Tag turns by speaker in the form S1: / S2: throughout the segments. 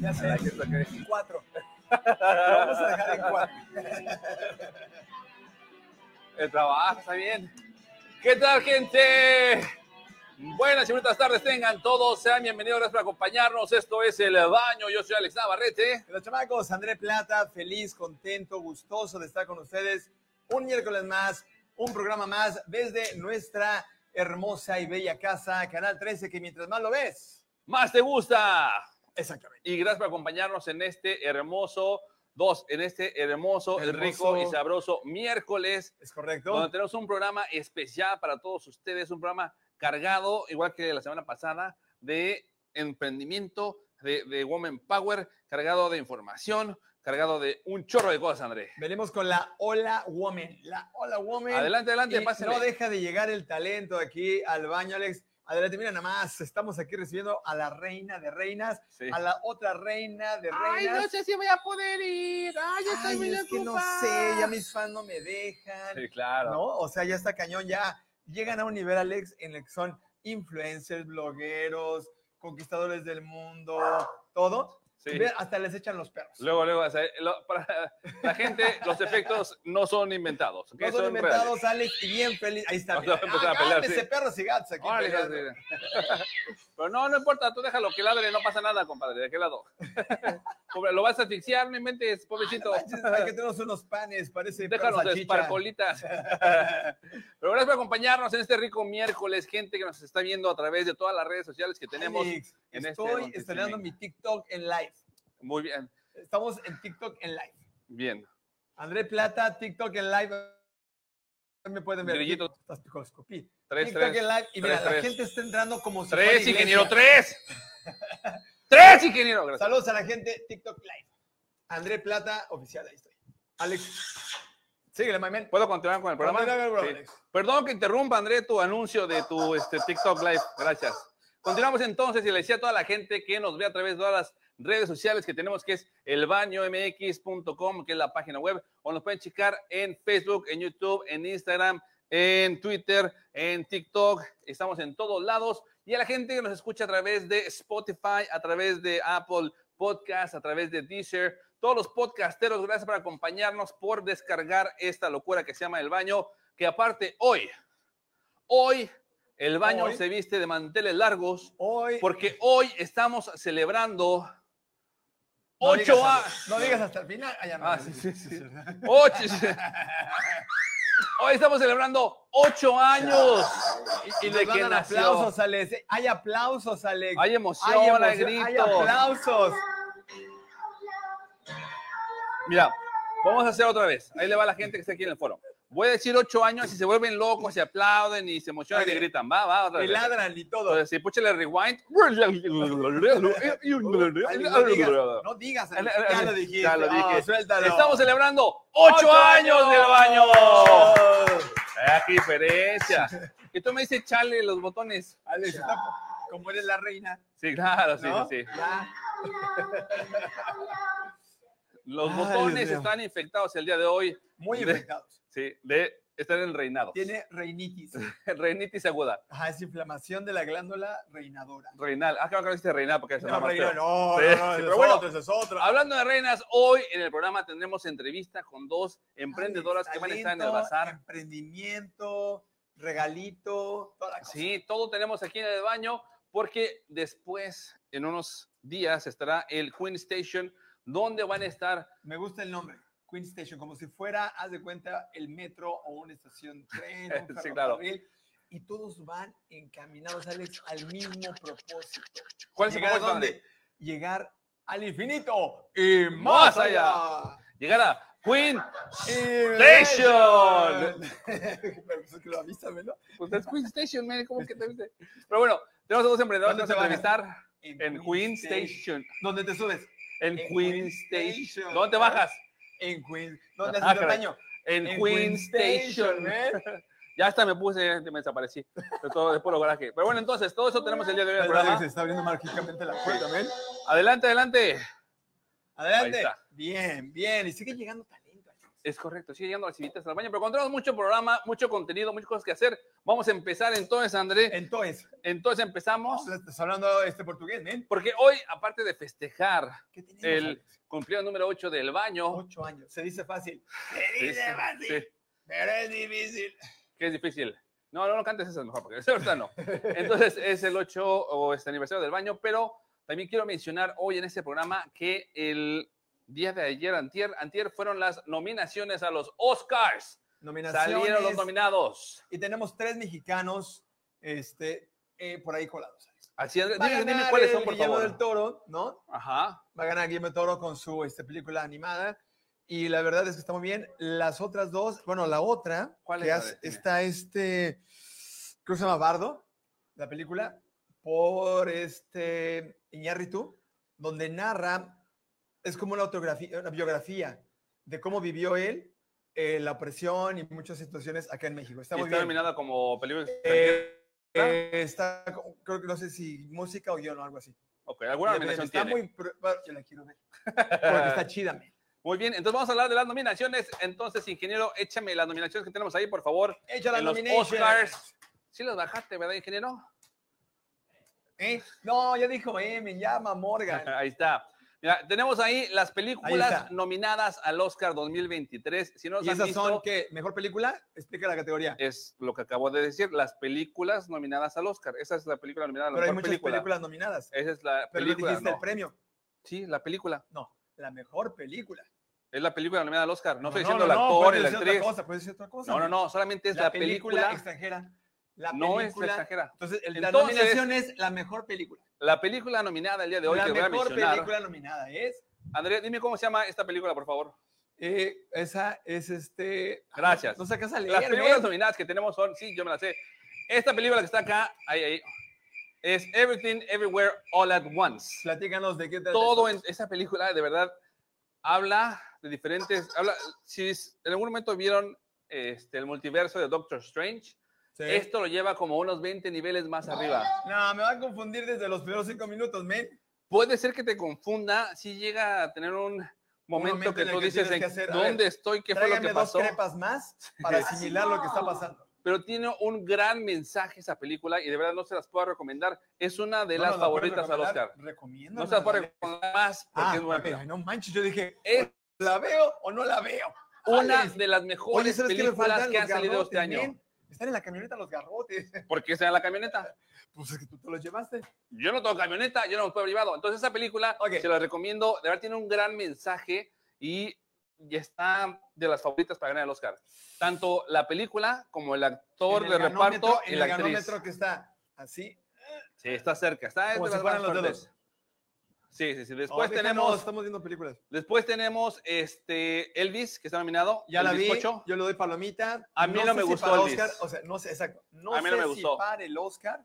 S1: Ya sé.
S2: que toqué.
S1: Cuatro. Lo vamos a dejar en cuatro.
S2: El trabajo está bien. ¿Qué tal, gente? Buenas y buenas tardes tengan todos. Sean bienvenidos. Gracias por acompañarnos. Esto es El Baño. Yo soy Alex Navarrete.
S1: Los chamacos, André Plata, feliz, contento, gustoso de estar con ustedes. Un miércoles más, un programa más desde nuestra hermosa y bella casa, Canal 13, que mientras más lo ves.
S2: Más te gusta.
S1: Exactamente.
S2: Y gracias por acompañarnos en este hermoso, dos, en este hermoso,
S1: Hermoso.
S2: rico y sabroso miércoles,
S1: Es correcto.
S2: donde tenemos un programa especial para todos ustedes, un programa cargado, igual que la semana pasada, de emprendimiento, de, de Woman Power, cargado de información, cargado de un chorro de cosas, André.
S1: Venimos con la Hola Woman. La Hola Woman.
S2: Adelante, adelante,
S1: Y
S2: pásenle.
S1: no deja de llegar el talento aquí al baño, Alex. Adelante, mira nada más. Estamos aquí recibiendo a la reina de reinas,
S2: Sí.
S1: a la otra reina de reinas.
S2: sé si voy a poder ir. Ay,
S1: Ay, es que no sé, ya mis fans no me dejan.
S2: Sí, claro.
S1: ¿No? O sea, ya está cañón, ya llegan a un nivel, Alex, en el que son influencers, blogueros, conquistadores del mundo, todo.
S2: Sí.
S1: Ve, Hasta les echan los perros.
S2: Luego, luego, o sea, lo- para la gente, los efectos no son inventados. ¿ok?
S1: No son,
S2: reales.
S1: inventados, Alex, y bien feliz. Ahí está.
S2: O sea,
S1: mira.
S2: empezaron a
S1: Ah,
S2: pelear,
S1: cálmese,
S2: sí.
S1: perros y gatos aquí.
S2: Órale,
S1: peleando.
S2: hijos de- Pero no, no importa, tú déjalo que ladre, no pasa nada, compadre, de qué lado. Pobre, lo vas a asfixiar, no inventes, pobrecito.
S1: Manches, Aquí tenemos unos panes, parece perro
S2: Déjanos de
S1: salchicha.
S2: esparcolitas. Pero gracias por acompañarnos en este rico miércoles, gente que nos está viendo a través de todas las redes sociales que tenemos.
S1: Alex,
S2: en este
S1: estoy
S2: Don
S1: estrenando mi
S2: Chichimeca.
S1: TikTok en live.
S2: Muy bien,
S1: Estamos en TikTok en live.
S2: bien.
S1: André Plata, TikTok en live. Ahí Me pueden ver.
S2: Grillito.
S1: Estás pico, escupí.
S2: Tres,
S1: TikTok
S2: tres,
S1: en live. Y mira,
S2: tres,
S1: la
S2: tres.
S1: gente está entrando como si fuera
S2: Tres,
S1: iglesia.
S2: ingeniero, tres. Tres, ingeniero. Gracias.
S1: Saludos a la gente TikTok live. André Plata, oficial, ahí estoy. Alex. Síguele, my man.
S2: ¿Puedo continuar con el programa?
S1: Continúa, bro,
S2: Sí.
S1: Alex.
S2: Perdón que interrumpa, André, tu anuncio de tu este, TikTok Live. Gracias. Continuamos entonces y le decía a toda la gente que nos ve a través de todas las redes sociales que tenemos, que es elbañomx.com, que es la página web, o nos pueden checar en Facebook, en YouTube, en Instagram, en Twitter, en TikTok. Estamos en todos lados. Y a la gente que nos escucha a través de Spotify, a través de Apple Podcast, a través de Deezer, todos los podcasteros, gracias por acompañarnos, por descargar esta locura que se llama El Baño, que aparte hoy, hoy el baño
S1: Hoy.
S2: se viste de manteles largos,
S1: Hoy.
S2: porque hoy estamos celebrando
S1: No
S2: ocho
S1: digas
S2: a...
S1: hasta- No digas hasta el final. Allá
S2: Ah, sí, sí, sí. ocho- Hoy estamos celebrando ocho años y,
S1: Y
S2: y de que nació.
S1: aplausos, Alex. Hay aplausos, Alex.
S2: Hay emoción, hay, gritos.
S1: hay aplausos.
S2: Mira, vamos a hacer otra vez. Ahí le va a la gente que está aquí en el foro. Voy a decir ocho años y se vuelven locos, se aplauden y se emocionan
S1: Oye,
S2: y gritan. Va, va, otra
S1: Y
S2: vez.
S1: ladran y todo.
S2: Entonces, si púchale rewind. Pues,
S1: Alex, no digas, no digas, Alex. ya lo dijiste.
S2: Ya lo dije.
S1: Ah, suéltalo.
S2: Estamos celebrando ocho años del baño. Ah, ¡Qué diferencia! Que tú me dices, chale, los botones.
S1: Alex, está- como eres la reina,
S2: Sí, claro, sí,
S1: ¿no?
S2: sí. sí.
S1: Ya.
S2: Los
S1: Ay,
S2: botones
S1: Dios mío.
S2: están infectados el día de hoy.
S1: Muy
S2: De-
S1: infectados.
S2: Sí, de estar en el reinado.
S1: Tiene reinitis.
S2: Reinitis aguda.
S1: Ajá, es inflamación de la glándula reinadora.
S2: Reinal. Ah, claro que no existe reinal porque se
S1: No,
S2: llama
S1: reina,
S2: feo.
S1: no,
S2: Sí,
S1: no,
S2: sí,
S1: no, ese
S2: pero
S1: es
S2: bueno.
S1: otro, ese es otro.
S2: Hablando de reinas, hoy en el programa tendremos entrevista con dos emprendedoras que van a estar en el
S1: Talento,
S2: bazar.
S1: Emprendimiento, regalito, toda la cosa.
S2: Sí, todo tenemos aquí en el baño porque después, en unos días, estará el Queen Station donde van a estar
S1: Me gusta el nombre, Queen Station, como si fuera, haz de cuenta, el metro o una estación de tren, un
S2: Sí, claro.
S1: ferrocarril, Y todos van encaminados, Alex, al mismo propósito.
S2: ¿Cuál es el
S1: ¿Llegar a
S2: propósito,
S1: dónde? Llegar al infinito y
S2: Eh,
S1: más
S2: Más
S1: allá.
S2: llegar a Queen.
S1: Station. Pero pues es que lo avísame, ¿no?
S2: Pues es Queen Station, man, ¿cómo que te viste? Pero bueno, tenemos a dos emprendedores que
S1: ¿Dónde
S2: vamos a
S1: te
S2: entrevistar en Queen Station.
S1: ¿Dónde te subes?
S2: En
S1: En
S2: Queen
S1: Queen Station.
S2: Station. ¿Dónde te bajas?
S1: En Queen. ¿Dónde
S2: Ah,
S1: haces el
S2: caray.
S1: baño?
S2: En Queen Station.
S1: ¿eh?
S2: Ya hasta me puse, me desaparecí. De todo, después lo coraje. Pero bueno, entonces, todo eso tenemos el día de hoy en el
S1: Alex, Se
S2: programa.
S1: está abriendo mágicamente la puerta, ¿ven?
S2: Adelante, adelante.
S1: Adelante.
S2: Ahí está.
S1: Bien, bien. Y sigue llegando talento. Alex.
S2: Es correcto, sigue llegando las civitas al baño, pero encontramos mucho programa, mucho contenido, muchas cosas que hacer. Vamos a empezar entonces, André.
S1: Entonces,
S2: Entonces empezamos,
S1: ¿cómo estás hablando este portugués, men?
S2: porque hoy, aparte de festejar
S1: ¿Qué tenemos,
S2: el
S1: Alex?
S2: cumpleaños número 8 del baño,
S1: Ocho años. Se dice fácil. Se
S2: sí,
S1: dice fácil,
S2: sí,
S1: pero es difícil.
S2: que es difícil. No, no, no cantes esas mejor, porque ahorita no. Entonces es el 8 o este aniversario del baño, pero también quiero mencionar hoy en este programa que el día de ayer, antier, antier fueron las nominaciones a los Oscars.
S1: Nominaciones.
S2: Salieron los nominados.
S1: y tenemos tres mexicanos este, eh, por ahí colados.
S2: Así, André,
S1: Va a
S2: dime, dime
S1: ganar
S2: cuáles
S1: el
S2: son, por
S1: Guillermo
S2: favor.
S1: del Toro, ¿no?
S2: Ajá.
S1: Va a ganar Guillermo del Toro con su este, película animada. Y la verdad es que está muy bien. Las otras dos, bueno, la otra,
S2: ¿Cuál
S1: que
S2: es la
S1: hace-
S2: de cine?
S1: está este, creo que se llama Bardo, la película, por este Iñárritu, donde narra, es como una autografía, una biografía de cómo vivió él eh, la opresión y muchas situaciones acá en México. Está
S2: Y
S1: muy
S2: está
S1: bien.
S2: nominada como película.
S1: Eh,
S2: ¿Ah?
S1: eh, está, co- creo que no sé si música o guión o algo así.
S2: ok, alguna
S1: Ya, pero
S2: nominación
S1: está
S2: tiene. Muy...
S1: muy. pro- bueno, Yo la quiero ver. Porque está chida, men.
S2: bien, entonces vamos a hablar de las nominaciones. Entonces, ingeniero, échame las nominaciones que tenemos ahí, por favor.
S1: Echa la
S2: En los
S1: nomination.
S2: Oscars. Sí las bajaste, ¿verdad, ingeniero?
S1: ¿Eh? No, ya dijo M, llama Morgan.
S2: Ahí está. Mira, tenemos ahí las películas
S1: está.
S2: nominadas al Oscar 2023. Si no las
S1: ¿Y
S2: han
S1: esas
S2: visto,
S1: son qué? ¿Mejor película? Explica la categoría.
S2: es lo que acabo de decir, las películas nominadas al Oscar. Esa es la película nominada a la
S1: Pero hay
S2: mejor
S1: muchas
S2: película.
S1: películas nominadas.
S2: Esa es la
S1: Pero no
S2: película.
S1: dijiste
S2: no.
S1: el premio.
S2: Sí, la película.
S1: No, la mejor película.
S2: Es la película nominada al Oscar. No, estoy diciendo
S1: no,
S2: el
S1: no,
S2: actor,
S1: puedes
S2: el
S1: decir otra
S2: actriz.
S1: cosa, puedes decir otra cosa,
S2: No, no,
S1: men.
S2: no. Solamente es la, película.
S1: extranjera. La
S2: no es
S1: película-
S2: extranjera.
S1: Entonces, el- la
S2: Entonces-
S1: nominación es la mejor película.
S2: La película nominada el día de hoy
S1: La
S2: que voy a
S1: mejor
S2: mencionar.
S1: película nominada es
S2: André, dime cómo se llama esta película, por favor.
S1: Eh, esa es este.
S2: Gracias.
S1: No sacas a leer.
S2: Las películas
S1: ¿ves?
S2: nominadas que tenemos son, sí, yo me las sé. Esta película que está acá, ahí, ahí, es Everything Everywhere All at Once.
S1: Platícanos de qué trata.
S2: Todo en esa película, de verdad, habla de diferentes. Habla, si es- en algún momento vieron este, el multiverso de Doctor Strange,
S1: Sí.
S2: esto lo lleva como unos 20 niveles más arriba.
S1: No, me va a confundir desde los primeros cinco minutos, men.
S2: Puede ser que te confunda si llega a tener un momento,
S1: momento
S2: que
S1: en el
S2: tú
S1: que
S2: dices,
S1: tienes que
S2: "¿En
S1: hacer, a ver,
S2: ¿dónde estoy? ¿Qué fue lo
S1: Tráigame
S2: que
S1: dos
S2: pasó?
S1: crepas más para asimilar lo que está pasando.
S2: pero tiene un gran mensaje esa película y de verdad no se las puedo recomendar. Es una de
S1: No,
S2: las
S1: no, la puedes
S2: favoritas al
S1: recomendar.
S2: Oscar.
S1: Recomiendo.
S2: No se las puedo recomendar más porque
S1: Ah,
S2: es buena.
S1: ok, no manches, yo dije,
S2: Es
S1: ¿la veo o no la veo?
S2: una
S1: Alex,
S2: de las
S1: Oye,
S2: mejores
S1: ¿sabes qué me
S2: películas
S1: faltan?
S2: que
S1: Los
S2: han salido este
S1: garrotes,
S2: año.
S1: men. Están en la camioneta los garrotes.
S2: ¿Por qué está en la camioneta?
S1: Pues es que tú te los llevaste.
S2: Yo no tengo camioneta, yo no me puedo privado. Entonces esa película
S1: Ok.
S2: se la recomiendo. De verdad tiene un gran mensaje y, y está de las favoritas para ganar el Oscar. Tanto la película como el actor
S1: En
S2: de
S1: el
S2: reparto
S1: ganómetro-
S2: y
S1: en
S2: la
S1: el
S2: actriz.
S1: ganómetro que está así.
S2: Sí, está cerca. Está entre
S1: Como si
S2: las más
S1: fueran los
S2: fuertes.
S1: dedos.
S2: Sí, sí, sí. Después
S1: Oh, déjanos,
S2: tenemos
S1: Estamos viendo películas.
S2: Después tenemos este Elvis, que está nominado.
S1: Ya
S2: el
S1: la vi,
S2: bizcocho.
S1: yo le doy palomita.
S2: A mí no me
S1: sé si
S2: gustó
S1: para
S2: Elvis.
S1: Oscar, o sea, no sé, exacto. No
S2: A mí no me
S1: sé si
S2: gustó.
S1: para el Oscar,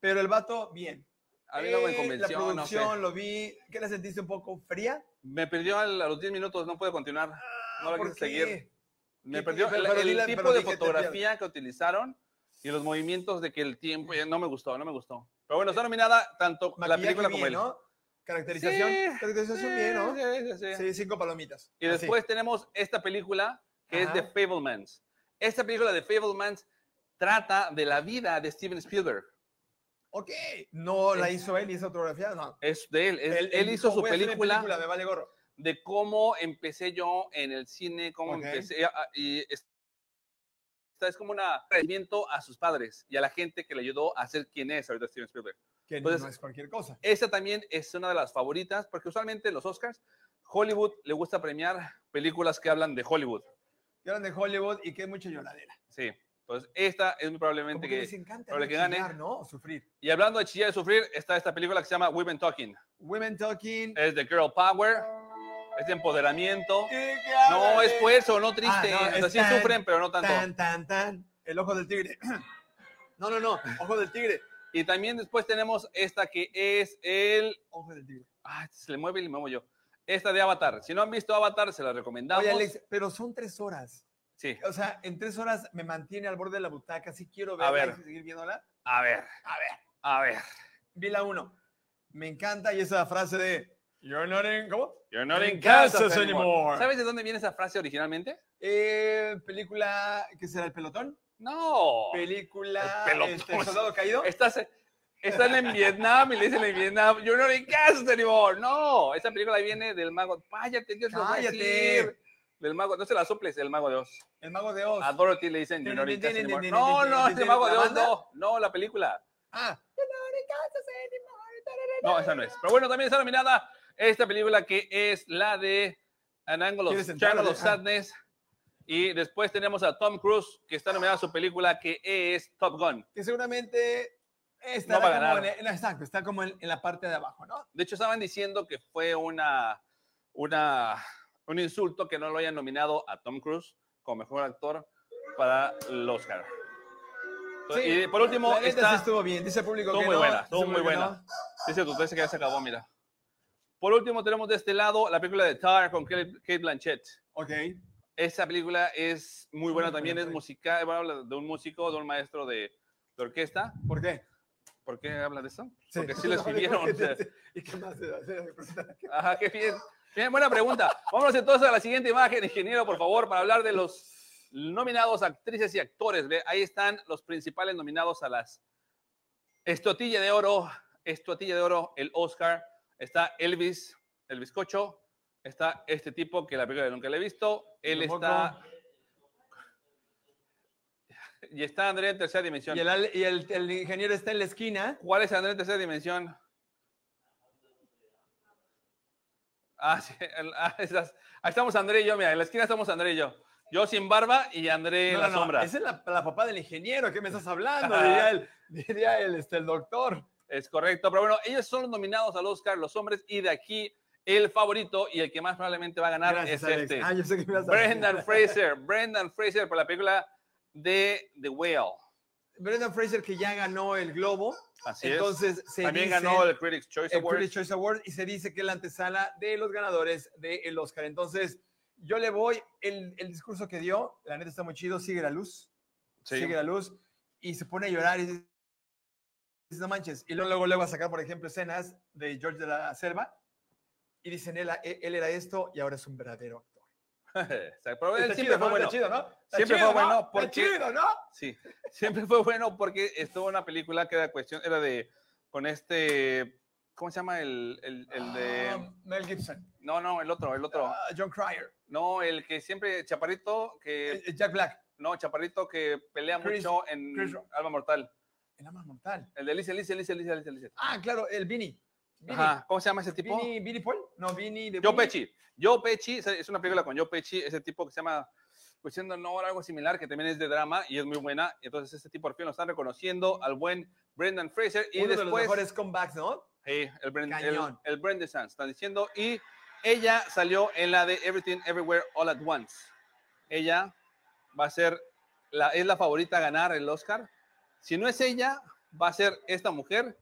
S1: pero el vato, bien.
S2: A mí no me
S1: Eh,
S2: convenció.
S1: La
S2: no sé.
S1: producción, lo vi. ¿Qué la sentiste un poco fría?
S2: Me perdió al- a los 10 minutos, no pude continuar. No la
S1: Ah, ¿Por
S2: quise
S1: qué?
S2: seguir. Me
S1: ¿Qué
S2: perdió
S1: tiene?
S2: el,
S1: Pero
S2: el
S1: dile-
S2: tipo
S1: pero
S2: de
S1: di que te
S2: fotografía que utilizaron y los movimientos de que el tiempo. ya No me gustó, no me gustó. Pero bueno, está nominada tanto la
S1: Eh, Maquillaje
S2: película como
S1: bien,
S2: él.
S1: ¿no? Caracterización.
S2: Sí,
S1: Caracterización bien, ¿no? Sí,
S2: sí, sí, sí.
S1: cinco palomitas.
S2: Y
S1: Así.
S2: después tenemos esta película que es
S1: Ajá.
S2: The Fablemans. Esta película de Fablemans trata de la vida de Steven Spielberg.
S1: Ok. No la
S2: Es-
S1: hizo él, hizo autografía, no.
S2: Es de él. es-
S1: Él-
S2: él
S1: él
S2: hizo
S1: dijo,
S2: su
S1: "Voy a hacer mi
S2: película
S1: Me vale gorro.
S2: de cómo empecé yo en el cine, cómo
S1: Ok.
S2: empecé a- y es, esta es como un agradecimiento a sus padres y a la gente que le ayudó a ser quien es ahorita Steven Spielberg.
S1: Que
S2: Entonces-
S1: no es cualquier cosa.
S2: Esta también es una de las favoritas porque usualmente en los Oscars Hollywood le gusta premiar películas que hablan de Hollywood.
S1: Lloran de Hollywood y que es mucha lloradera.
S2: Sí. Entonces esta es muy
S1: Como
S2: probablemente
S1: que,
S2: que
S1: les encanta
S2: pero que gane.
S1: chillar, ¿no? O sufrir.
S2: y hablando de chillar y sufrir está esta película que se llama Women Talking.
S1: Women Talking.
S2: Es de girl power, es de empoderamiento. No
S1: No,
S2: es pues, esfuerzo, no triste.
S1: Ah, no,
S2: o sea,
S1: es
S2: sí
S1: tan,
S2: sufren, pero no tanto.
S1: Tan, tan, tan. El ojo del tigre. No, no, no. Ojo del tigre.
S2: Y también después tenemos esta que es el.
S1: Ojo del tigre.
S2: Ah, se le mueve y le muevo yo. Esta de Avatar. Si no han visto Avatar, se la recomendamos.
S1: Oye, Alex, pero son tres horas.
S2: Sí.
S1: O sea, en tres horas me mantiene al borde de la butaca. Sí quiero
S2: A
S1: verla
S2: ver.
S1: y seguir viéndola.
S2: A ver,
S1: A ver.
S2: a ver.
S1: Vi la uno. Me encanta y esa frase de You're not in, ¿cómo?
S2: You're not in
S1: In Kansas
S2: Kansas
S1: anymore.
S2: anymore. ¿Sabes de dónde viene esa frase originalmente?
S1: Eh, película, ¿qué será? ¿El pelotón?
S2: No.
S1: Película,
S2: El pelotón.
S1: este, ¿El soldado caído?
S2: Estás, están en Vietnam y le dicen en Vietnam, you're not in Kansas anymore. No, esa película viene del mago. Cállate, Dios lo va a
S1: Cállate.
S2: decir. Del mago, no se la soples, del mago de Oz.
S1: El mago de Oz.
S2: A Dorothy le dicen, you're not in Kansas anymore. No, no, es el
S1: ¿La
S2: mago de Oz,
S1: banda?
S2: no. No, la película.
S1: Ah,
S2: No, esa no es. Pero bueno, también está nominada esta película que es la de An Angle of,
S1: ¿Quieres entrar?
S2: Channel of
S1: Ah.
S2: Sadness. Y después tenemos a Tom Cruise, que está nominada a su película que es Top Gun.
S1: que seguramente está
S2: No va a
S1: como en,
S2: ganar.
S1: en- exacto, está como en, en la parte de abajo, ¿no?
S2: De hecho, estaban diciendo que fue una, una, un insulto que no lo hayan nominado a Tom Cruise como mejor actor para el Oscar. y por último,
S1: la neta sí
S2: está,
S1: estuvo bien, dice el público
S2: estuvo
S1: que
S2: muy
S1: no,
S2: buena,
S1: dice
S2: estuvo
S1: el
S2: muy
S1: público que
S2: buena. dice tu tesis que ya se acabó, mira. Por último, tenemos de este lado la película de Tar con Kate Kate Blanchett.
S1: no. Ok.
S2: Esa película es muy buena
S1: Muy
S2: también,
S1: buena,
S2: es
S1: sí.
S2: musical, bueno, habla de un músico, de un maestro de, de orquesta.
S1: ¿Por qué?
S2: ¿Por qué habla de eso? Porque sí lo escribieron. o sea.
S1: ¿Y qué más?
S2: Ajá, qué bien. Bien, buena pregunta. Vámonos entonces a la siguiente imagen, ingeniero, por favor, para hablar de los nominados actrices y actores. Ve, ahí están los principales nominados a las Estotilla de Oro, Estotilla de Oro, el Oscar. Está Elvis, el bizcocho. Está este tipo que la película nunca la he visto. Él
S1: Tampoco.
S2: está. Y está André en tercera dimensión.
S1: Y, el, al- y el, el ingeniero está en la esquina.
S2: ¿Cuál es Andrés en tercera dimensión? Ah, sí, el- ah, esas- ahí estamos André y yo, mira, en la esquina estamos André y yo. Yo sin barba y André en
S1: No,
S2: la
S1: no, no,
S2: sombra.
S1: Esa es la, la papá del ingeniero, ¿qué me estás hablando?
S2: Ajá.
S1: diría el, diría el, este, el doctor.
S2: Es correcto, pero bueno, ellos son los nominados al Oscar, los hombres, y de aquí el favorito y el que más probablemente va a ganar
S1: Gracias,
S2: es
S1: Alex.
S2: este.
S1: Ah, yo sé que me ibas a-
S2: Brendan Fraser, Brendan Fraser por la película de The Whale.
S1: Brendan Fraser que ya ganó el globo.
S2: Así es.
S1: entonces se
S2: También
S1: dice-
S2: ganó el Critics Choice
S1: el
S2: Award.
S1: Critics Choice Award y se dice que es la antesala de los ganadores del Oscar. Entonces, yo le voy, el, el discurso que dio, la neta está muy chido, sigue la luz,
S2: Sí.
S1: sigue la luz, y se pone a llorar y dice, no manches. Y luego, luego, luego a sacar, por ejemplo, escenas de George de la Selva, y dicen, él, él era esto y ahora es un verdadero actor.
S2: Pero él siempre
S1: Está
S2: fue
S1: chido, ¿no?
S2: bueno.
S1: Está chido, ¿no? Está
S2: Siempre fue
S1: chido,
S2: bueno,
S1: ¿no? Está
S2: porque-
S1: chido, ¿no?
S2: Sí, siempre fue bueno porque estuvo una película que era cuestión, era de, con este, ¿cómo se llama? El, el, el de,
S1: Ah, Mel Gibson,
S2: no, no, el otro, el otro.
S1: ah, John Cryer,
S2: No, el que siempre, Chaparrito,
S1: eh,
S2: que,
S1: eh, Jack Black,
S2: no, Chaparrito que pelea
S1: Chris-
S2: mucho en
S1: Chris-
S2: Alma Mortal.
S1: el ama mortal.
S2: El de Lice, Lice, Lice, Lice, Lice, Lice.
S1: Ah, claro, el Vinny. Vinny.
S2: Ajá, ¿cómo se llama ese tipo?
S1: Vini, Vini Paul? No, Vini de
S2: Yo
S1: Vini.
S2: Pechi. Yo Pechi, o sea, es una película con Yo Pechi, ese tipo que se llama Cuestión de Honor, algo similar, que también es de drama y es muy buena. Entonces, este tipo por fin lo están reconociendo al buen Brendan Fraser. Y
S1: Uno de los
S2: después,
S1: mejores comebacks, ¿no?
S2: Sí, el, Brand, el,
S1: Cañón.
S2: el Brandon Sands, están diciendo. Y ella salió en la de Everything Everywhere All at Once. Ella va a ser, la, es la favorita a ganar el Oscar. Si no es ella, va a ser esta mujer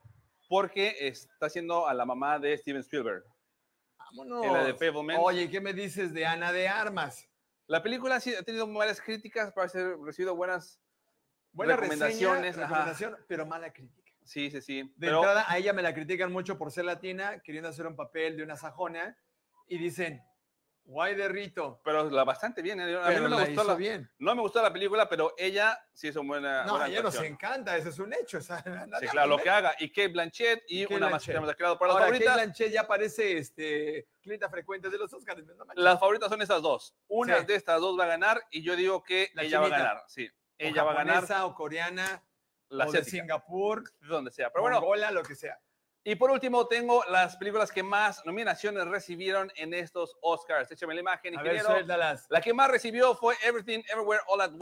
S2: porque está haciendo a la mamá de Steven Spielberg.
S1: Vámonos.
S2: En la de Fableman.
S1: Oye, ¿qué me dices de Ana de Armas?
S2: La película sí ha tenido varias críticas para ser recibido buenas.
S1: Buena
S2: Recomendaciones,
S1: reseña,
S2: ajá.
S1: recomendación, pero mala crítica.
S2: Sí, sí, sí.
S1: De
S2: pero
S1: entrada, a ella me la critican mucho por ser latina, queriendo hacer un papel de una sajona, y dicen, guay de Rito.
S2: pero la bastante bien. ¿eh? A mí
S1: Pero
S2: no me
S1: la
S2: gustó
S1: hizo
S2: la-
S1: bien.
S2: no me gustó la película, pero ella sí hizo buena.
S1: No,
S2: buena
S1: a ella nos
S2: actuación.
S1: encanta, eso es un hecho. o sea, nada
S2: Sí, claro, lo
S1: más.
S2: que haga. Y Kate Blanchett y,
S1: Y Cate
S2: una más que
S1: Blanchett.
S2: hemos creado para las
S1: Ahora, Kate
S2: favoritas.
S1: Blanchett ya parece este, clienta frecuente de los Oscars. no manches.
S2: Las favoritas son estas dos. Una
S1: Sí.
S2: de estas dos va a ganar y yo digo que
S1: La
S2: ella va a
S1: chinita.
S2: ganar. Sí,
S1: O
S2: ella va a ganar
S1: japonesa, o coreana,
S2: la
S1: o de
S2: asiática,
S1: Singapur,
S2: donde sea. Pero bueno,
S1: Mongola, lo que sea.
S2: y por último tengo las películas que más nominaciones recibieron en estos Oscars. Échame la imagen,
S1: A ver,
S2: ingeniero.
S1: suéltalas.
S2: la que más recibió fue Everything Everywhere All at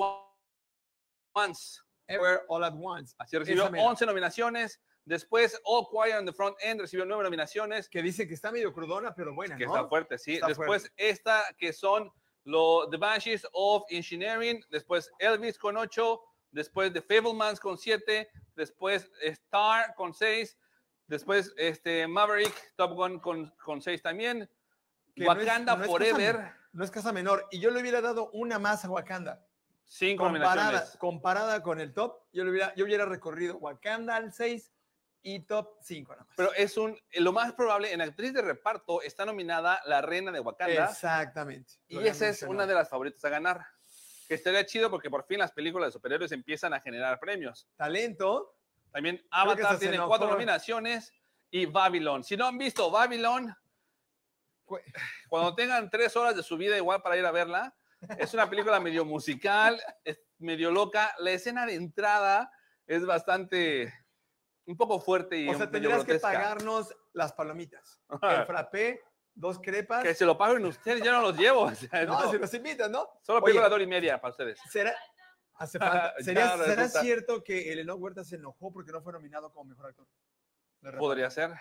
S2: Once.
S1: Everywhere All at Once.
S2: Así recibió
S1: Esa mera.
S2: 11 nominaciones. Después All Quiet on the Front End recibió 9 nominaciones.
S1: Que dice que está medio crudona, pero buena,
S2: que
S1: ¿no?
S2: está fuerte, sí.
S1: Está
S2: después esta que son los The Banshees of Engineering, después Elvis con 8, después The Fablemans con 7, después Star con 6, después este Maverick, Top Gun con, con 6 también,
S1: Que no es-
S2: Wakanda
S1: no es cosa
S2: Forever,
S1: menor. No es casa menor. Y yo le hubiera dado una más a Wakanda.
S2: 5
S1: Comparada,
S2: nominaciones.
S1: comparada con el top, yo, le hubiera, yo hubiera recorrido Wakanda al 6, y top 5 nada más.
S2: Pero es un, lo más probable, en actriz de reparto está nominada la reina de Wakanda.
S1: Exactamente.
S2: y esa es una de las favoritas a ganar. Que estaría chido porque por fin las películas de superhéroes empiezan a generar premios.
S1: Talento.
S2: También
S1: que esa
S2: Avatar
S1: se
S2: tiene
S1: enojó.
S2: cuatro nominaciones y Babylon. Si no han visto Babylon, cu- cuando tengan tres horas de su vida igual para ir a verla, es una película medio musical, es medio loca. La escena de entrada es bastante, un poco fuerte y
S1: O
S2: un
S1: sea,
S2: medio
S1: tendrías que
S2: grotesca.
S1: pagarnos las palomitas. El frappé, dos crepas.
S2: Que se lo paguen ustedes, yo no los llevo. o sea,
S1: no,
S2: no.
S1: si nos invitan, ¿no?
S2: Solo
S1: Oye,
S2: película de hora y media para ustedes.
S1: ¿Será, hace falta-
S2: Ya
S1: ¿sería-
S2: resulta.
S1: será cierto que el Enoch Huerta se enojó porque no fue nominado como mejor actor? De reparto.
S2: Podría ser,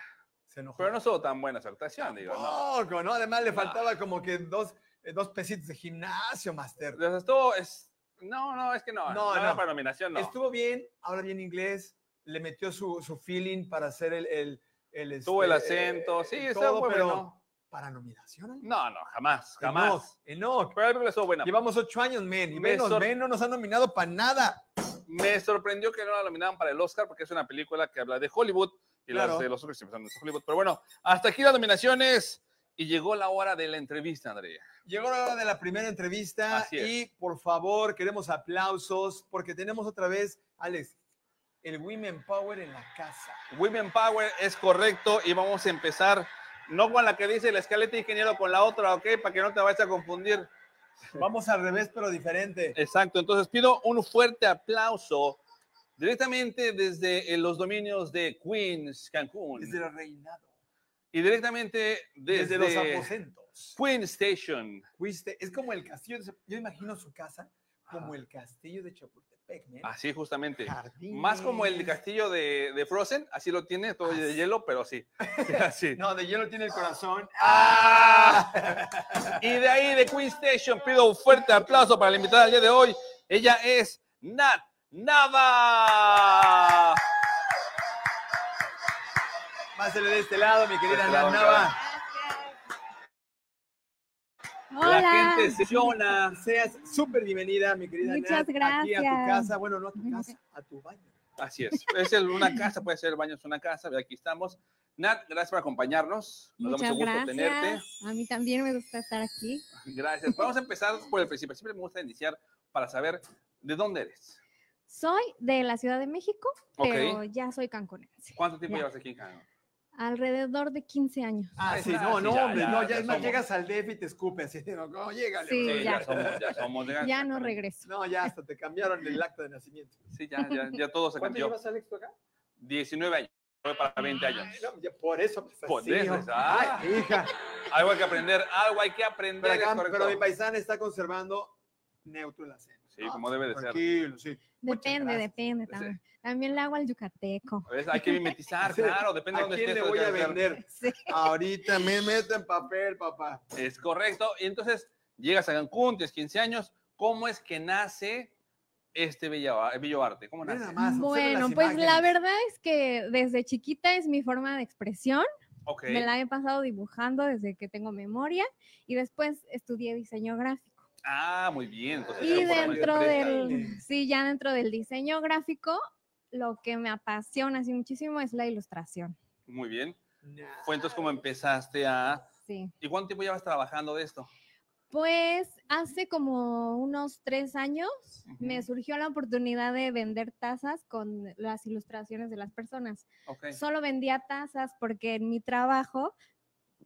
S1: Se enojó.
S2: pero no son tan buenas actuaciones, digo. no.
S1: Poco, ¿no? Además le
S2: No.
S1: faltaba como que dos, eh, dos pesitos de gimnasio, Master.
S2: Les estuvo- es, no, no, es que no.
S1: No,
S2: No, era
S1: no.
S2: para nominación, no.
S1: Estuvo bien, habla bien inglés, le metió su, su feeling para hacer el... el, el,
S2: Tuvo el
S1: este,
S2: acento,
S1: eh,
S2: sí,
S1: eh,
S2: está
S1: todo,
S2: muy
S1: pero
S2: bueno.
S1: para nominación.
S2: No, no, jamás, jamás.
S1: Enoch, Enoch.
S2: Pero la película estuvo buena.
S1: Llevamos ocho años, men. Y
S2: Me
S1: menos,
S2: sor-
S1: men, no nos han nominado para nada.
S2: Me sorprendió que no la nominaban para el Oscar porque es una película que habla de Hollywood y
S1: Claro.
S2: las de los Oscars siempre son de Hollywood. Pero bueno, hasta aquí las nominaciones y llegó la hora de la entrevista, Andrea.
S1: Llegó la hora de la primera entrevista
S2: Así es.
S1: y por favor queremos aplausos porque tenemos otra vez, Alex, el Women Power en la casa.
S2: Women Power es correcto y vamos a empezar no con la que dice la escaleta ingeniero, con la otra, ¿ok? Para que no te vayas a confundir.
S1: Vamos al revés pero diferente.
S2: Exacto, entonces pido un fuerte aplauso directamente desde eh, los dominios de Queens, Cancún.
S1: Desde el reinado,
S2: Y directamente desde,
S1: desde, los aposentos.
S2: Queen Station.
S1: Fuiste, es como el castillo, de- yo imagino su casa como el castillo de Chapultepec, men.
S2: Ah. Así justamente.
S1: Jardines.
S2: Más como el castillo de, de Frozen, así lo tiene, todo de
S1: Así.
S2: hielo, pero sí. Sí, así.
S1: No, de hielo tiene el corazón.
S2: ¡Ah! Y de ahí, de Queen Station, pido un fuerte aplauso para la invitada del día de hoy. Ella es Nat Nava.
S1: Pásale de este lado, mi
S2: este
S1: querida Ana
S2: lado,
S1: Nava.
S3: Hola.
S2: La gente se emociona.
S1: Seas súper bienvenida, mi querida
S3: Muchas
S1: Nat, aquí a tu
S3: gracias.
S1: casa, bueno, no a tu casa, a tu baño.
S2: Así es. Es el- una casa, puede ser el baño, es una casa. Aquí estamos. Nat, gracias por acompañarnos. Nos da
S3: Muchas
S2: mucho gusto
S3: gracias.
S2: tenerte.
S3: A mí también me gusta estar aquí.
S2: Gracias. Vamos a empezar por el principio. Siempre me gusta iniciar para saber de dónde eres.
S3: Soy de la Ciudad de México,
S2: Ok.
S3: pero ya soy cancunense.
S2: ¿Cuánto tiempo
S3: Ya.
S2: llevas aquí en Cancún?
S3: Alrededor de 15 años.
S1: Ah,
S2: Ahí
S1: sí,
S2: está,
S1: no,
S2: sí,
S1: no,
S2: ya,
S1: hombre,
S2: ya,
S1: no, ya,
S2: ya
S1: es más,
S2: somos.
S1: llegas al DF y te escupen, así, no, no, llégale,
S3: Sí,
S1: bro.
S2: Sí, ya.
S3: ya.
S2: somos, Ah, ya somos.
S3: Ya no regreso.
S1: No, ya hasta te cambiaron el acta de nacimiento.
S2: Sí, ya, ya, ya todo se
S1: ¿Cuánto
S2: cambió.
S1: llevas, Alex, tú acá?
S2: 19 años. Voy para 20 años.
S1: Ay, no, ya, por eso, pues,
S2: Por
S1: así,
S2: eso,
S1: hijo.
S2: ah.
S1: Ay, hija.
S2: Algo hay que aprender, algo hay que aprender.
S1: Pero, acá-
S2: es correcto.
S1: pero mi paisana está conservando neutro el acento.
S2: Sí, como debe de ser.
S1: Tranquilo, sí. Muchas
S3: Depende,
S1: gracias.
S3: depende también. También le hago al yucateco.
S2: A veces Hay que mimetizar,
S1: Sí.
S2: claro, depende de
S1: ¿A
S2: dónde
S1: quién
S2: estés.
S1: le
S2: lo
S1: voy a
S2: tienes que hacer.
S1: vender?
S3: Sí.
S1: Ahorita me meto en papel, papá.
S2: Es correcto. Y entonces llegas a Cancún, tienes 15 años. ¿Cómo es que nace este bello, bello arte? ¿Cómo
S1: Mira
S2: nace?
S1: nada más. observen
S3: Bueno,
S1: las
S3: pues la
S1: imágenes.
S3: verdad es que desde chiquita es mi forma de expresión.
S2: Ok.
S3: Me la he pasado dibujando desde que tengo memoria y después estudié diseño gráfico.
S2: Ah, muy bien. entonces
S3: Y
S2: era por la mayor
S3: dentro
S2: empresa.
S1: Ándale.
S3: del, sí, ya dentro del diseño gráfico, lo que me apasiona así muchísimo es la ilustración.
S2: Muy bien.
S1: Nah.
S2: Fue entonces como empezaste a...
S3: Sí.
S2: ¿Y cuánto tiempo llevas trabajando de esto?
S3: Pues hace como unos tres años me
S2: Ujú.
S3: surgió la oportunidad de vender tazas con las ilustraciones de las personas.
S2: Ok.
S3: Solo vendía tazas porque en mi trabajo,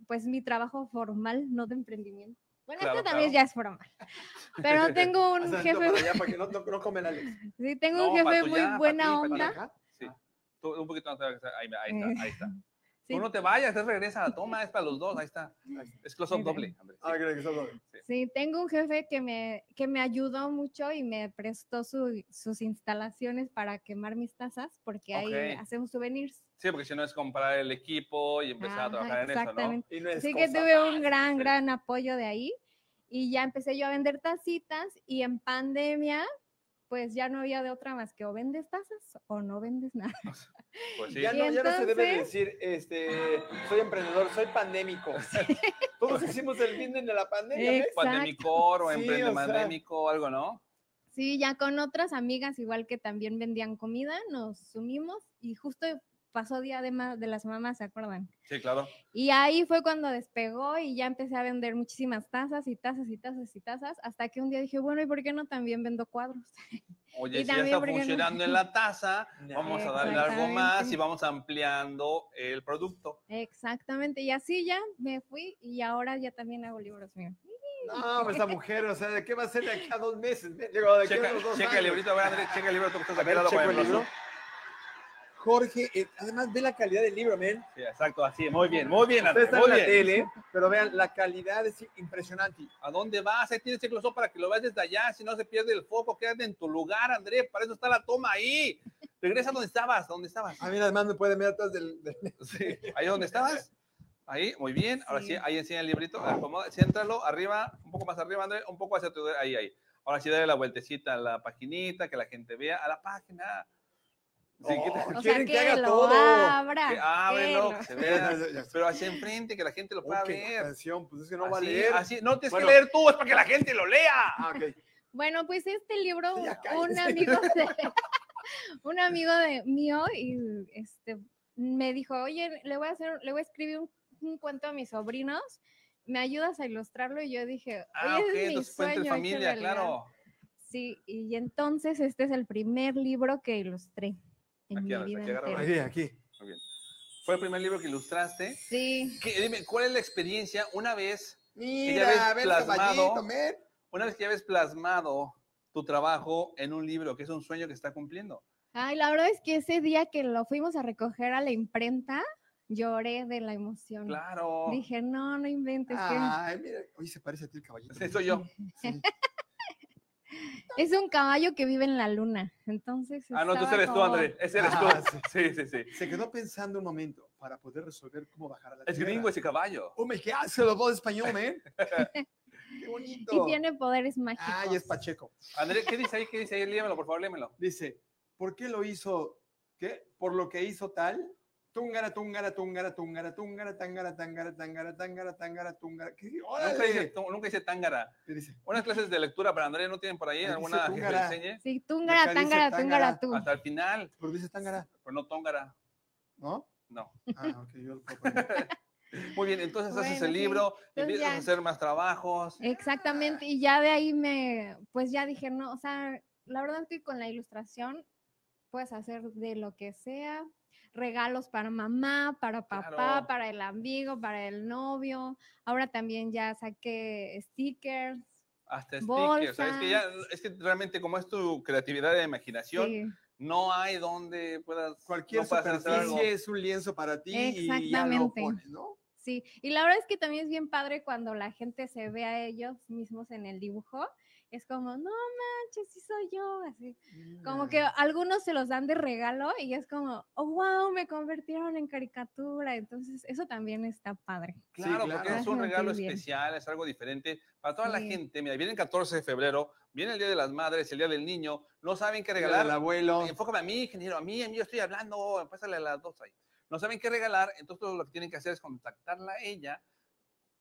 S3: pues mi trabajo formal, no de emprendimiento. Bueno,
S2: Claro,
S3: este también
S2: claro.
S3: ya es formal. Pero tengo un
S1: Hazlo
S3: jefe,
S1: para allá para que no, no, no comen Alex.
S3: sí, tengo un
S2: No, para
S3: jefe
S2: tu
S3: muy
S2: ya, para ti,
S3: buena
S2: para
S1: ¿Para
S3: onda.
S1: acá?
S2: Sí. Tú un poquito más te vas a- Ahí, ahí está, ahí está.
S3: sí.
S2: Tú no te vayas, te regresa a la toma, es para los dos, ahí está.
S1: Ahí está.
S2: Es close-up
S3: Muy
S2: doble. Andrés, sí.
S1: Ah, creo que son-
S3: Sí, tengo un jefe que me, que me ayudó mucho y me prestó su- sus instalaciones para quemar mis tazas, porque ahí
S2: Ok.
S3: hacemos souvenirs.
S2: Sí, porque si no es comprar el equipo y empezar a
S3: Ajá,
S2: trabajar en eso, ¿no?
S3: exactamente.
S1: Y no es
S3: Así que
S1: cosa
S3: tuve un
S1: fácil,
S3: gran,
S2: sí.
S3: gran apoyo de ahí. Y ya empecé yo a vender tacitas y en pandemia, pues ya no había de otra más que o vendes tazas o no vendes nada.
S2: Pues sí.
S1: Ya,
S3: Y
S1: no, ya no se debe de
S3: entonces-
S1: decir, este, soy emprendedor, soy pandémico. Todos hicimos el business de la pandemia. ¿ves?
S3: Exacto.
S2: Pandemicor o
S1: Sí, o
S2: emprende
S1: sea.
S2: pandémico, algo, ¿no?
S3: Sí, ya con otras amigas igual que también vendían comida, nos sumimos y justo pasó Día de, ma- de las Mamás, ¿se acuerdan?
S2: Sí, claro.
S3: Y ahí fue cuando despegó y ya empecé a vender muchísimas tazas y tazas y tazas y tazas, hasta que un día dije, bueno, ¿y por qué no también vendo cuadros?
S2: Oye,
S3: Y
S2: si ya
S3: también
S2: está
S3: porque no-
S2: funcionando en la taza,
S1: Ya.
S2: vamos a darle algo más
S3: Exactamente.
S2: y vamos ampliando el producto.
S3: Exactamente, y así ya me fui y ahora ya también hago libros, mira.
S1: No, pero esta mujer, o sea, ¿de qué va a ser de aquí a dos meses? Digo, de aquí
S2: Checa,
S1: a unos dos
S2: checa el
S1: años.
S2: librito, a ver, Andrés, checa el libro, tú que estás
S1: A
S2: aquí al
S1: ver,
S2: lado
S1: checo
S2: con
S1: el
S2: el
S1: libro.
S2: brazo.
S1: Jorge, eh, además ve la calidad del libro, men.
S2: Sí, exacto, así, muy bien, muy bien, Andrés,
S1: Ustedes están
S2: muy
S1: en la
S2: bien.
S1: tele, pero vean, la calidad es impresionante.
S2: ¿A dónde vas? Ahí tienes el close para que lo veas desde allá, si no se pierde el foco, quédate en tu lugar, Andrés, para eso está la toma ahí. Regresa donde estabas, donde estabas.
S1: A mí Ah, además me pueden ver atrás del... del-
S2: Sí, ahí donde estabas. Ahí, muy bien. Ahora sí,
S3: Sí.
S2: ahí enseña el librito. Acomoda, ciéntralo arriba, un poco más arriba, André, un poco hacia tu dere- Ahí, ahí. Ahora sí, dale la vueltecita a la paginita, que la gente vea a la página. Sí, que te-
S1: Oh,
S3: O sea,
S1: quieren
S3: que,
S1: que haga
S3: lo
S1: todo.
S3: abra.
S2: que ah, ábrelo,
S3: que
S2: que
S3: lo-
S2: se
S1: Ya,
S2: vea.
S1: ya, ya.
S2: Pero hacia enfrente, que la gente lo pueda
S1: Ok,
S2: ver.
S1: atención, pues es que no va a
S2: Así,
S1: leer.
S2: así. No tienes
S1: Bueno.
S2: que leer tú, es para que la gente lo lea.
S1: Ah, ok.
S3: Bueno, pues este libro,
S1: Sí, ya
S3: un
S1: cállese.
S3: amigo de, un amigo de mío y este me dijo, oye, le voy a hacer, le voy a escribir un, un cuento a mis sobrinos, ¿me ayudas a ilustrarlo? Y yo dije, oye,
S2: Ah, ok,
S3: ese es mi
S2: entonces pueden ser
S3: sueño. hecho
S2: familia,
S3: realidad".
S2: claro.
S3: Sí, y entonces este es el primer libro que ilustré en
S2: Aquí,
S3: mi
S2: Alex,
S3: vida
S2: aquí agarra-
S3: entera.
S1: Aquí, aquí.
S2: Fue el primer libro que ilustraste.
S3: Sí,
S2: ¿Qué- dime, ¿cuál es la experiencia una vez ves
S1: Mira, ve el
S2: plasmado.
S1: caballito, men.
S2: una vez que ya ves plasmado tu trabajo en un libro, que es un sueño que está cumpliendo.
S3: ay, la verdad es que ese día que lo fuimos a recoger a la imprenta, lloré de la emoción.
S2: Claro.
S3: Mm, Dije, no, no inventes. qué-
S1: Ay, mira, oye, se parece a ti el caballito.
S2: Sí, soy yo.
S3: Es un caballo que vive en la luna, entonces.
S2: Ah, no, tú
S3: estaba
S2: eres tú,
S3: como-
S2: André. Ese eres tú.
S1: Ah, sí.
S2: Sí, sí, sí.
S1: Se quedó pensando un momento para poder resolver cómo bajar a la
S2: Es
S1: tierra.
S2: gringo ese caballo.
S1: Oh, me qué hace la voz español, men. Qué bonito.
S3: Y tiene poderes mágicos.
S1: Ay, es Pacheco.
S2: André, ¿qué dice ahí? ¿Qué dice ahí? Léemelo, por favor, léemelo.
S1: Dice, ¿por qué lo hizo? ¿Qué? Por lo que hizo tal. Tungara, tungara, tungara, tungara, tungara, tangara, tangara, tangara, tangara, tangara, tungara. ¿Qué?
S2: Nunca dice,
S1: ¡Órale!
S2: tú- nunca dice tángara.
S1: ¿Qué dice?
S2: Unas clases de lectura para André, ¿no tienen por ahí
S1: Ahí dice
S2: alguna que te
S1: túngara.
S2: enseñe?
S3: Sí, túngara,
S1: Acá dice
S3: tángara,
S1: tángara.
S3: túngara, tú.
S2: Hasta el final,
S1: Pero dice tangara,
S2: pero no tóngara.
S1: ¿no?
S2: No.
S1: Ah, ok, yo lo puedo poner.
S2: Muy bien, entonces haces
S3: Bueno,
S2: el
S3: sí.
S2: libro,
S3: Entonces
S2: empiezas a
S3: ya. Eh,
S2: hacer más trabajos.
S3: Exactamente, y ya de ahí me, pues ya dije, no, o sea, la verdad es que con la ilustración puedes hacer de lo que sea, regalos para mamá, para papá,
S2: Claro.
S3: para el amigo, para el novio. Ahora también ya saqué stickers.
S2: Hasta stickers. Es que, ya,
S3: Bolsas.
S2: es que realmente, como es tu creatividad e imaginación,
S3: sí.
S2: no hay donde puedas
S1: Cualquier
S2: no puedas hacer algo.
S1: superficie es un lienzo para ti y ya lo
S3: Exactamente.
S1: pones, ¿no?
S3: Sí, y la verdad es que también es bien padre cuando la gente se ve a ellos mismos en el dibujo. Es como, no manches, sí soy yo. Así.
S1: Mm,
S3: Como que algunos se los dan de regalo y es como, oh, wow, me convirtieron en caricatura. Entonces, eso también está padre.
S1: Sí,
S2: Claro, porque
S1: claro.
S2: es un
S3: Ay,
S2: regalo
S3: qué bien.
S2: especial, es algo diferente para toda la
S3: Sí.
S2: gente. Mira, viene el 14 de febrero, viene el Día de las Madres, el Día del Niño, no saben qué
S1: regalar.
S2: regalar.
S1: El abuelo.
S2: Enfócame a mí, ingeniero, a mí, a mí, yo estoy hablando, pásale a las dos ahí. No saben qué regalar, entonces todo lo que tienen que hacer es contactarla a ella.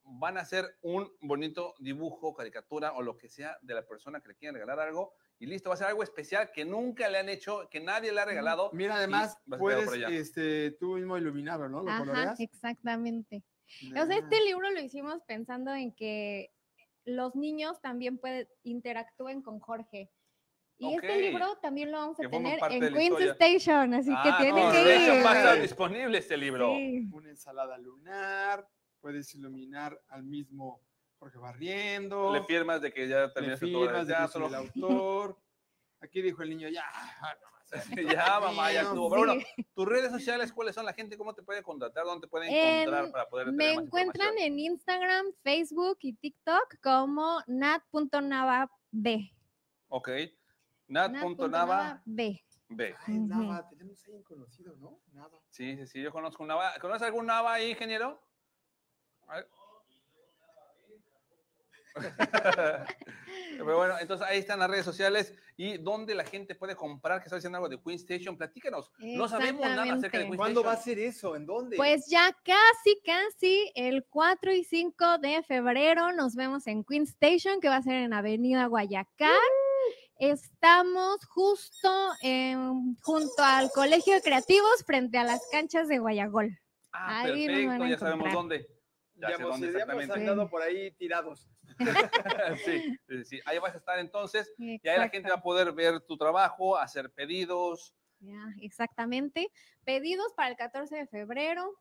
S2: Van a hacer un bonito dibujo, caricatura o lo que sea de la persona que le quieren regalar algo y listo, va a ser algo especial que nunca le han hecho, que nadie le ha
S3: Mm,
S2: regalado.
S1: Mira, además,
S2: vas a quedar
S1: puedes
S2: por allá.
S1: este, tú mismo iluminarlo, ¿no? Lo
S3: Ajá,
S1: coloreas.
S3: exactamente. O sea,
S1: Ah.
S3: este libro lo hicimos pensando en que los niños también pueden interactúen con Jorge. Y
S2: Ok.
S3: este libro también lo vamos
S2: Que
S3: a
S2: forma
S3: tener
S2: parte de
S3: en
S2: la
S3: Queen's
S2: historia.
S3: Station, así
S2: Ah,
S3: que tienen
S2: no,
S3: que
S2: de hecho,
S3: ir.
S2: va a estar disponible este libro.
S3: Sí.
S1: una ensalada lunar, puedes iluminar al mismo Jorge Barriendo,
S2: Le firmas de que ya
S1: le
S2: terminaste todo el
S1: firmas de que soy
S2: teatro.
S1: el autor. Aquí dijo el niño, ya,
S2: ya, mamá, ya
S1: Dios
S2: estuvo. Pero
S3: Sí.
S2: bueno, tus redes sociales, ¿cuáles son? La gente, ¿cómo te puede contratar? ¿Dónde te puede
S3: En-
S2: encontrar para poder tener
S3: Me
S2: más
S3: encuentran
S2: información?
S3: en Instagram, Facebook y TikTok como nat.navab.
S2: Ok. Nat.nava
S3: nat.navab.
S2: B.
S1: ay, Nava, tenemos ahí un conocido, ¿no? Nava.
S2: Sí, sí, sí, yo conozco un Nava. ¿Conoces algún Nava ahí, ingeniero? A ver. Pero bueno, entonces ahí están las redes sociales y dónde la gente puede comprar, que está haciendo algo de Queen Station. Platícanos. No sabemos nada acerca Pues, de
S3: Exactamente.
S2: Queen
S1: ¿Cuándo va a
S2: Station.
S1: ser eso? ¿En dónde?
S3: Pues ya casi, casi el 4 y 5 de febrero nos vemos en Queen Station, que va a ser en Avenida Guayacán. Estamos justo en- junto al Colegio de Creativos frente a las canchas de Guayagol.
S2: Ah,
S3: Ahí nos van
S2: perfecto,
S3: a
S2: ya sabemos
S3: encontrar.
S2: dónde. Ya
S1: Ya
S2: sé
S1: hemos,
S2: dónde
S1: ya hemos
S2: exactamente.
S1: andado por ahí tirados.
S2: sí, sí, sí, ahí vas a estar entonces. Y ahí la gente va a poder ver tu trabajo, hacer pedidos.
S3: Ya, exactamente. Pedidos para el 14 de febrero.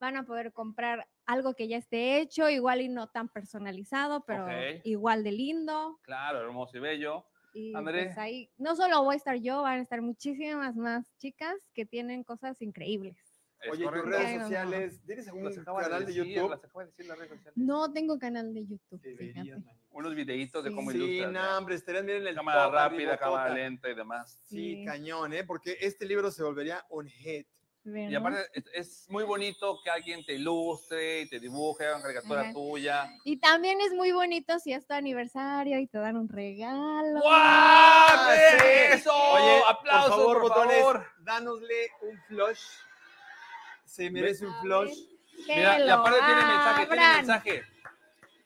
S3: Van a poder comprar algo que ya esté hecho, igual y no tan personalizado, pero
S2: Ok.
S3: igual de lindo.
S2: Claro, hermoso y bello.
S3: Y
S2: André.
S3: pues ahí, no solo voy a estar yo, van a estar muchísimas más chicas que tienen cosas increíbles.
S2: Es
S1: Oye, tus
S2: correcto.
S1: redes
S3: Ay, mamá.
S1: sociales, ¿tienes
S2: Las
S1: algún
S2: acaba
S1: canal de
S2: decir,
S1: YouTube?
S2: las acaba de decir las redes sociales.
S3: No tengo canal de YouTube.
S1: Deberías,
S3: fíjate.
S1: manito.
S2: Unos videitos de cómo
S3: Sí,
S1: Sí,
S2: ilustras.
S1: no,
S2: ¿verdad?
S1: hombre, estarían bien en el
S2: cámara
S1: top, arriba,
S2: rápida, cámara
S1: tota.
S2: lenta y demás.
S1: Sí,
S3: Sí.
S1: cañón, ¿eh? Porque este libro se volvería un hit.
S2: Y
S3: ¿verdad?
S2: aparte es, es muy bonito que alguien te ilustre y te dibuje, haga una caricatura
S3: Ajá.
S2: tuya.
S3: Y también es muy bonito si es tu aniversario y te dan un regalo.
S2: ¡Guau!
S1: Ah, sí!
S2: ¡Eso!
S1: Oye,
S2: ¡Aplausos,
S1: por favor,
S2: por
S1: botones,
S2: favor!
S1: dánosle un flush. Se merece un
S3: A
S1: flush.
S3: Que
S2: Mira, y
S3: lo
S2: aparte tiene mensaje, tiene
S3: abran.
S2: mensaje,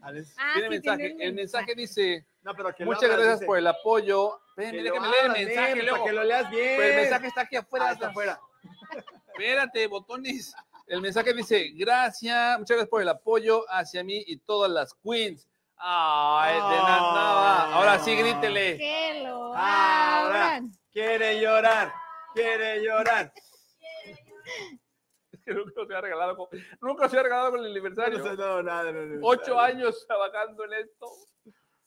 S1: Alex.
S3: Ah,
S2: tiene
S3: sí,
S2: mensaje.
S3: tiene un
S2: El mensaje dice,
S1: No, pero que lo
S2: muchas
S1: abras,
S2: gracias
S1: dice,
S2: por el apoyo. Ven,
S1: que
S2: mira
S1: lo
S2: que me lee el
S1: abras,
S2: mensaje
S1: ven,
S2: luego.
S1: Para que lo leas bien.
S2: Pero el mensaje está aquí afuera.
S1: Ah, está
S2: atrás.
S1: afuera.
S2: Espérate, botones. El mensaje dice, gracias, muchas gracias por el apoyo hacia mí y todas las queens. Ay, de
S1: Ah.
S2: nada, nada. Ahora sí, grítele.
S3: Que lo
S1: Ahora.
S3: abran.
S1: Quiere llorar. Quiere llorar.
S2: Es que nunca se ha regalado. con- Nunca se ha regalado con el
S1: No nos
S2: aniversario.
S1: has dado nada. no, no, no.
S2: Ocho años trabajando en esto.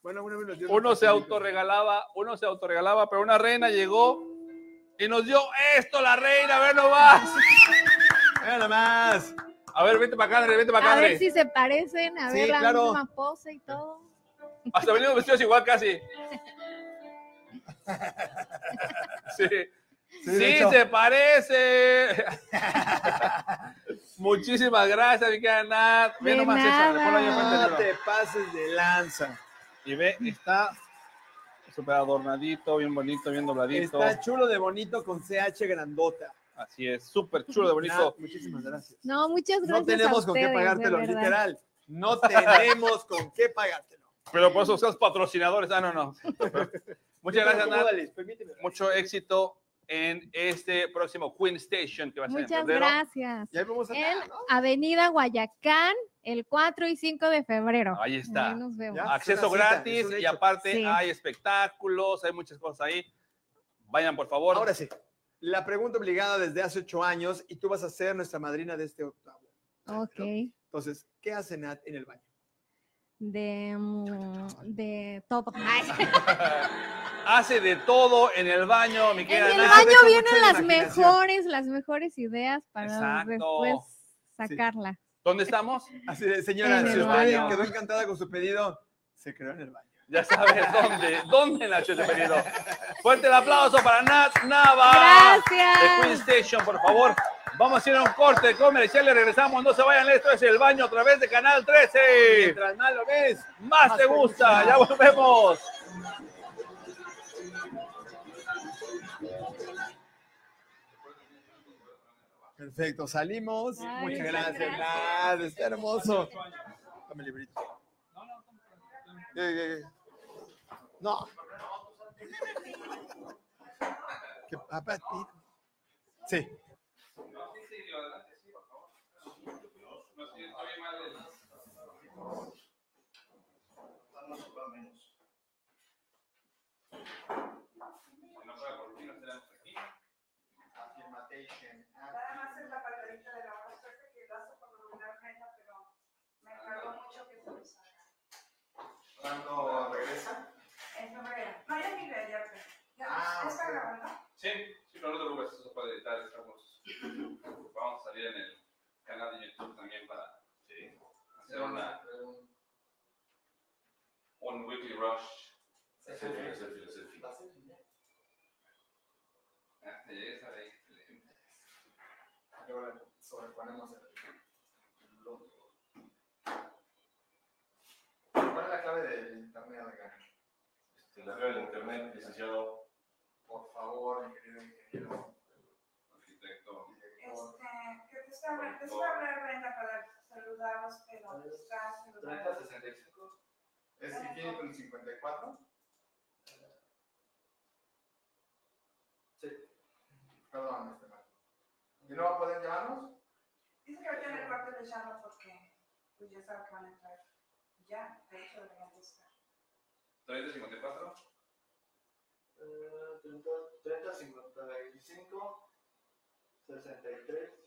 S1: Bueno, bueno, bueno, Dios
S2: Uno
S1: nos
S2: se
S1: bendiga.
S2: autorregalaba, uno se autorregalaba, pero una reina llegó y nos dio esto, la reina, a ver nomás.
S1: Mira nomás.
S2: A ver, vete para acá, André, vete para acá,
S3: A ver
S2: André.
S3: si se parecen, a
S1: Sí,
S3: ver la
S1: claro.
S3: misma pose y todo.
S2: Hasta venimos vestidos igual casi. Sí. Sí,
S1: de hecho.
S2: se parece. Muchísimas gracias, mi querida Nat. Ve
S3: De
S2: nomás esa, le pongo ahí
S3: nada.
S2: enfrente del libro.
S1: No te pases de lanza.
S2: Y ve, está súper adornadito, bien bonito, bien dobladito.
S1: Está chulo de bonito con CH grandota.
S2: Así es, súper chulo de bonito.
S1: Nat, muchísimas gracias.
S3: No, muchas gracias.
S1: No tenemos con qué pagártelo,
S3: literal.
S1: literal. No tenemos con qué pagártelo.
S2: Pero por eso seas patrocinadores. Ah, no, no. Muchas gracias, Nat.
S1: Alex. Permíteme.
S2: Mucho éxito en este próximo Queen Station que va a ser en
S3: Muchas
S2: febrero.
S3: gracias.
S1: Ya vamos a
S3: En Avenida Guayacán, el 4 y 5 de febrero.
S2: Ahí está.
S3: Ahí nos vemos.
S1: Ya.
S2: Acceso
S1: Ah, pues, Es una cita, es
S2: gratis
S1: un
S2: y
S1: hecho.
S2: aparte
S3: Sí.
S2: hay espectáculos, hay muchas cosas ahí. Vayan, por favor.
S1: Ahora sí. La pregunta obligada desde hace ocho años y tú vas a ser nuestra madrina de este octavo.
S3: Ok.
S1: Entonces, ¿qué hace Nat en el baño?
S3: De, mm, de todo.
S2: Hace de todo en el baño, mi
S3: en
S2: querida
S3: el
S1: nada.
S2: Nat.
S3: baño
S1: Deja mucha
S3: vienen las
S1: imaginación.
S3: mejores, las mejores ideas para
S2: Exacto.
S3: después sacarla.
S2: ¿Dónde estamos?
S1: Así de, señora,
S3: En
S1: si
S3: el
S1: usted
S2: baño.
S1: quedó encantada con su pedido, se creó en el baño.
S2: Ya sabes dónde, dónde Nacho te pedido. Fuerte el aplauso para Nat Nava. De Queen
S3: Gracias.
S2: Station, por favor. Vamos a hacer un corte comercial y regresamos. No se vayan, esto es el baño a través de Canal 13.
S1: Mientras más lo ves,
S2: Más,
S1: más
S2: te
S1: te
S2: gusta,
S1: gusta.
S2: ya volvemos.
S1: Perfecto, salimos.
S3: Ay,
S1: muchas
S3: muchas
S1: gracias,
S3: gracias.
S1: Nad, está hermoso. Dame el librito. Eh, eh, eh. No. Que- apa- Sí.
S4: Nada más es la margarita de la Vázquez que la hace fenomenal, Jaina, pero me encargó mucho que se usara.
S1: ¿Cuándo regresa?
S4: Es Norea. No, ya ni de ayer, pero. ¿Ya
S1: Ah,
S4: está
S1: ok.
S4: grabando?
S2: Sí, sí, pero no te preocupes, eso puede editar, estamos, vamos a salir en el canal de YouTube también para hacer una, un weekly rush. Selfie, selfie, selfie. Ah, te llegué, sale ahí.
S5: ¿Cuál es la clave del internet, Edgar?
S6: Este, la clave del internet, licenciado
S5: Por favor, ingeniero, ingeniero.
S6: arquitecto.
S4: Este, que te está hablando, te está hablando, Brenda, para saludarlos, pero está saludando.
S5: 65? ¿Es que tiene con el 54? este,
S4: Dice que ahorita en el cuarto les llamo porque pues ya saben que van a entrar. Ya, de hecho deberían de estar.
S6: ¿Traes de 54?
S5: 30, 30, 55, 63,